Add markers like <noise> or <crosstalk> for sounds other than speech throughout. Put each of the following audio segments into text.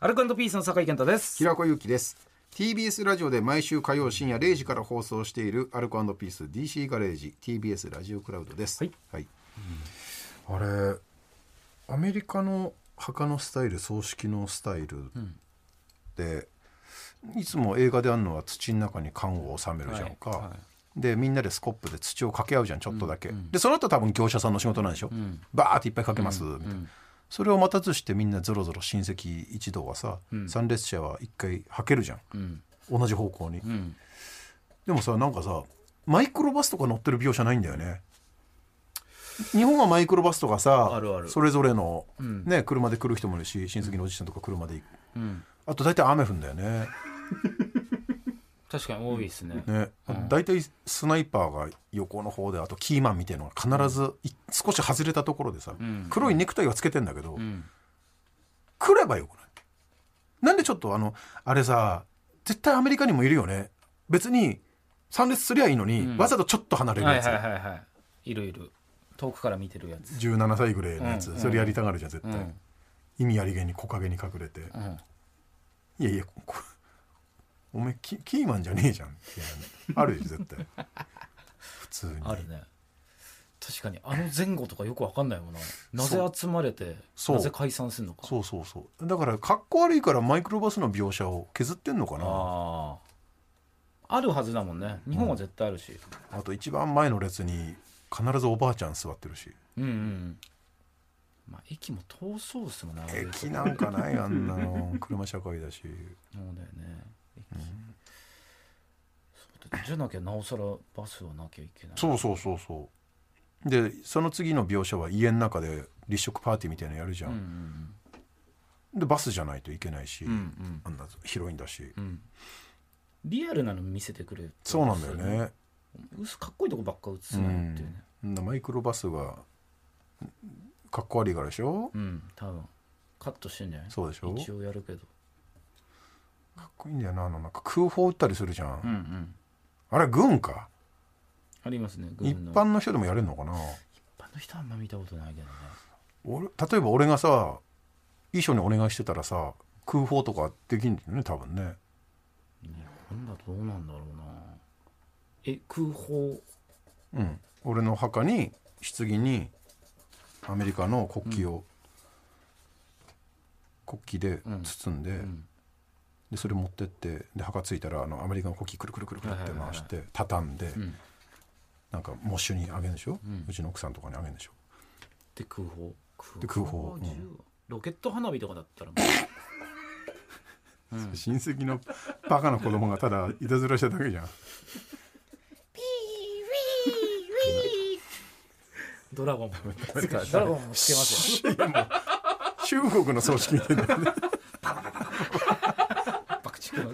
アルコピースの酒井健太です。平子祐希です TBS ラジオで毎週火曜深夜0時から放送しているアルコピース DC ガレージ TBS ラジオクラウドですはい、あれアメリカの墓のスタイル葬式のスタイルで、いつも映画であるのは土の中に缶を収めるじゃんか、はいはでみんなでスコップで土を掛け合うじゃんちょっとだけ、でその後多分業者さんの仕事なんでしょ、バーっていっぱいかけます、みたいなそれを待たずしてみんなぞろぞろ親戚一同はさ、参列者は一回はけるじゃん、同じ方向に、でもさなんかさマイクロバスとか乗ってる描写ないんだよね日本はマイクロバスとかさあるあるそれぞれの、ね、車で来る人もいるし親戚のおじちゃんとか車で行く、あと大体雨降るんだよね確かに多いですね。ね、大体スナイパーが横の方であとキーマンみたいのが必ずい少し外れたところでさ、黒いネクタイはつけてんだけど、来ればよくないなんでちょっとあのあれさ絶対アメリカにもいるよね別に参列すりゃいいのに、わざとちょっと離れるはいやはつ、いはいはい。いろいろ遠くから見てるやつ。 17歳ぐらいのやつ、うんそれやりたがるじゃん絶対、うん意味ありげに木陰に隠れて、うん。いやいやこおめえキキーマンじゃねえじゃんっていうのあるでしょ絶対 <laughs> 普通にあるね。確かにあの前後とかよくわかんないもんな。なぜそう集まれて、そうなぜ解散するのか。そうそうそうだからかっこ悪いからマイクロバスの描写を削ってんのかなあああ。あるはずだもんね。日本は絶対あるし。と一番前の列に必ずおばあちゃん座ってるしうんうんうん。まあ駅も遠そうですもんね。あれ駅なん <laughs> かないあんなの車社会だしそうだよね。そうだじゃなきゃなおさらバスはなきゃいけない。そうそうそうそうでその次の描写は家の中で立食パーティーみたいなのやるじゃうんん、うんでバスじゃないといけないし、うん。うんあんな広いんだし、うんうん。リアルなの見せてくれる。そうなんだよね。嘘かっこいいとこばっか映すなよっていうね。うんマイクロバスがかっこ悪いからでしょ、うん、多分カットしてんじゃない。そうでしょ一応やるけど。かっこいいんだよなあのなんか空砲撃ったりするじゃん、うんうん。あれ軍かありますね。一軍の般の人でもやれるのかな一般の人はあんま見たことないけどね。俺例えば俺がさ衣装にお願いしてたらさ空砲とかできんだよね多分ね日本だとどうなんだろうな。え、空砲。うん俺の墓に棺にアメリカの国旗を、国旗で包んで、んでそれ持ってってで墓ついたらあのアメリカの国旗くるくるくるくるって回して、畳んで、んなんか喪主にあげるでしょ、うちの奥さんとかにあげるでしょで空砲。で空砲銃はうんロケット花火とかだったら <laughs> もう。親戚のバカな子供がただいたずらしただけじ <laughs> ゃんドラゴンもドラゴンもつけ <laughs> ますよ。中国の葬式みたいな爆竹の。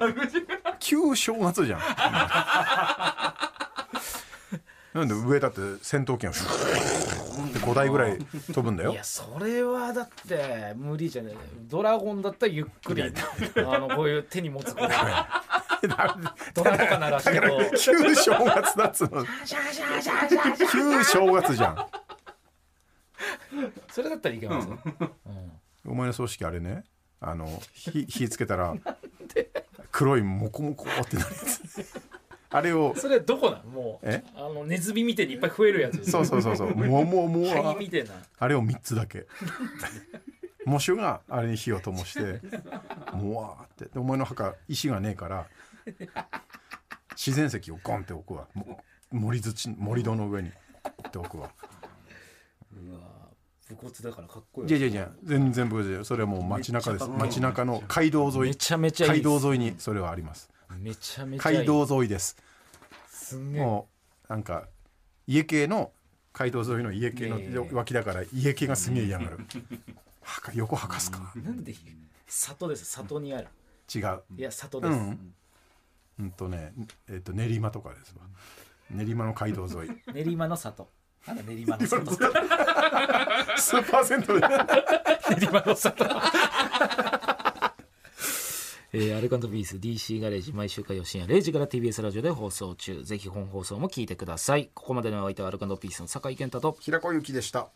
旧正月じゃんなんで上だって戦闘機が5台ぐらい飛ぶんだよいやそれはだって無理じゃない。ドラゴンだったらゆっくり <laughs> あのこういう手に持つこ <laughs> うドラとか鳴らしてこう。旧正月だっつうの旧正月じゃんそれだったらいけますよ。お前の葬式あれねあの火火つけたら黒いモコモコってなるやつあれをそれどこなんもうえあのネズミみたいにいっぱい増えるやつ。そうそうそうそうもももカニみたいな。あれを3つだけ。喪主があれに火を灯して、もわーって。で、お前の墓、石がねえから、自然石をゴンって置くわ。も森土、森土の上に、って置くわ。うわ武骨だからかっこいい。じゃじゃじゃ全然僕じゃそれはもう街中です。街中の街道沿めい。ちゃめちゃい街いです。道沿いにそれはあります。めちゃめちゃいい。街道沿いです。すんげえ。もう、なんか、家系の、街道沿いの家系いやいやいのや脇だから家系がすげえ嫌がる。墓、横墓っすかなんで里です里にある。違う。いや里うです。ん、うんとね、えっと練馬とかですわ。練馬の街道沿い。練馬の里。なんだ練馬の里。 <laughs> 練数パーセントで。馬の里。 <laughs> えー、アルカントビース DC ガレージ毎週火曜深夜0時から TBS ラジオで放送中ぜひ本放送も聞いてくださいここまでのお相手はアルカントピースの酒井健太と平子ゆきでした。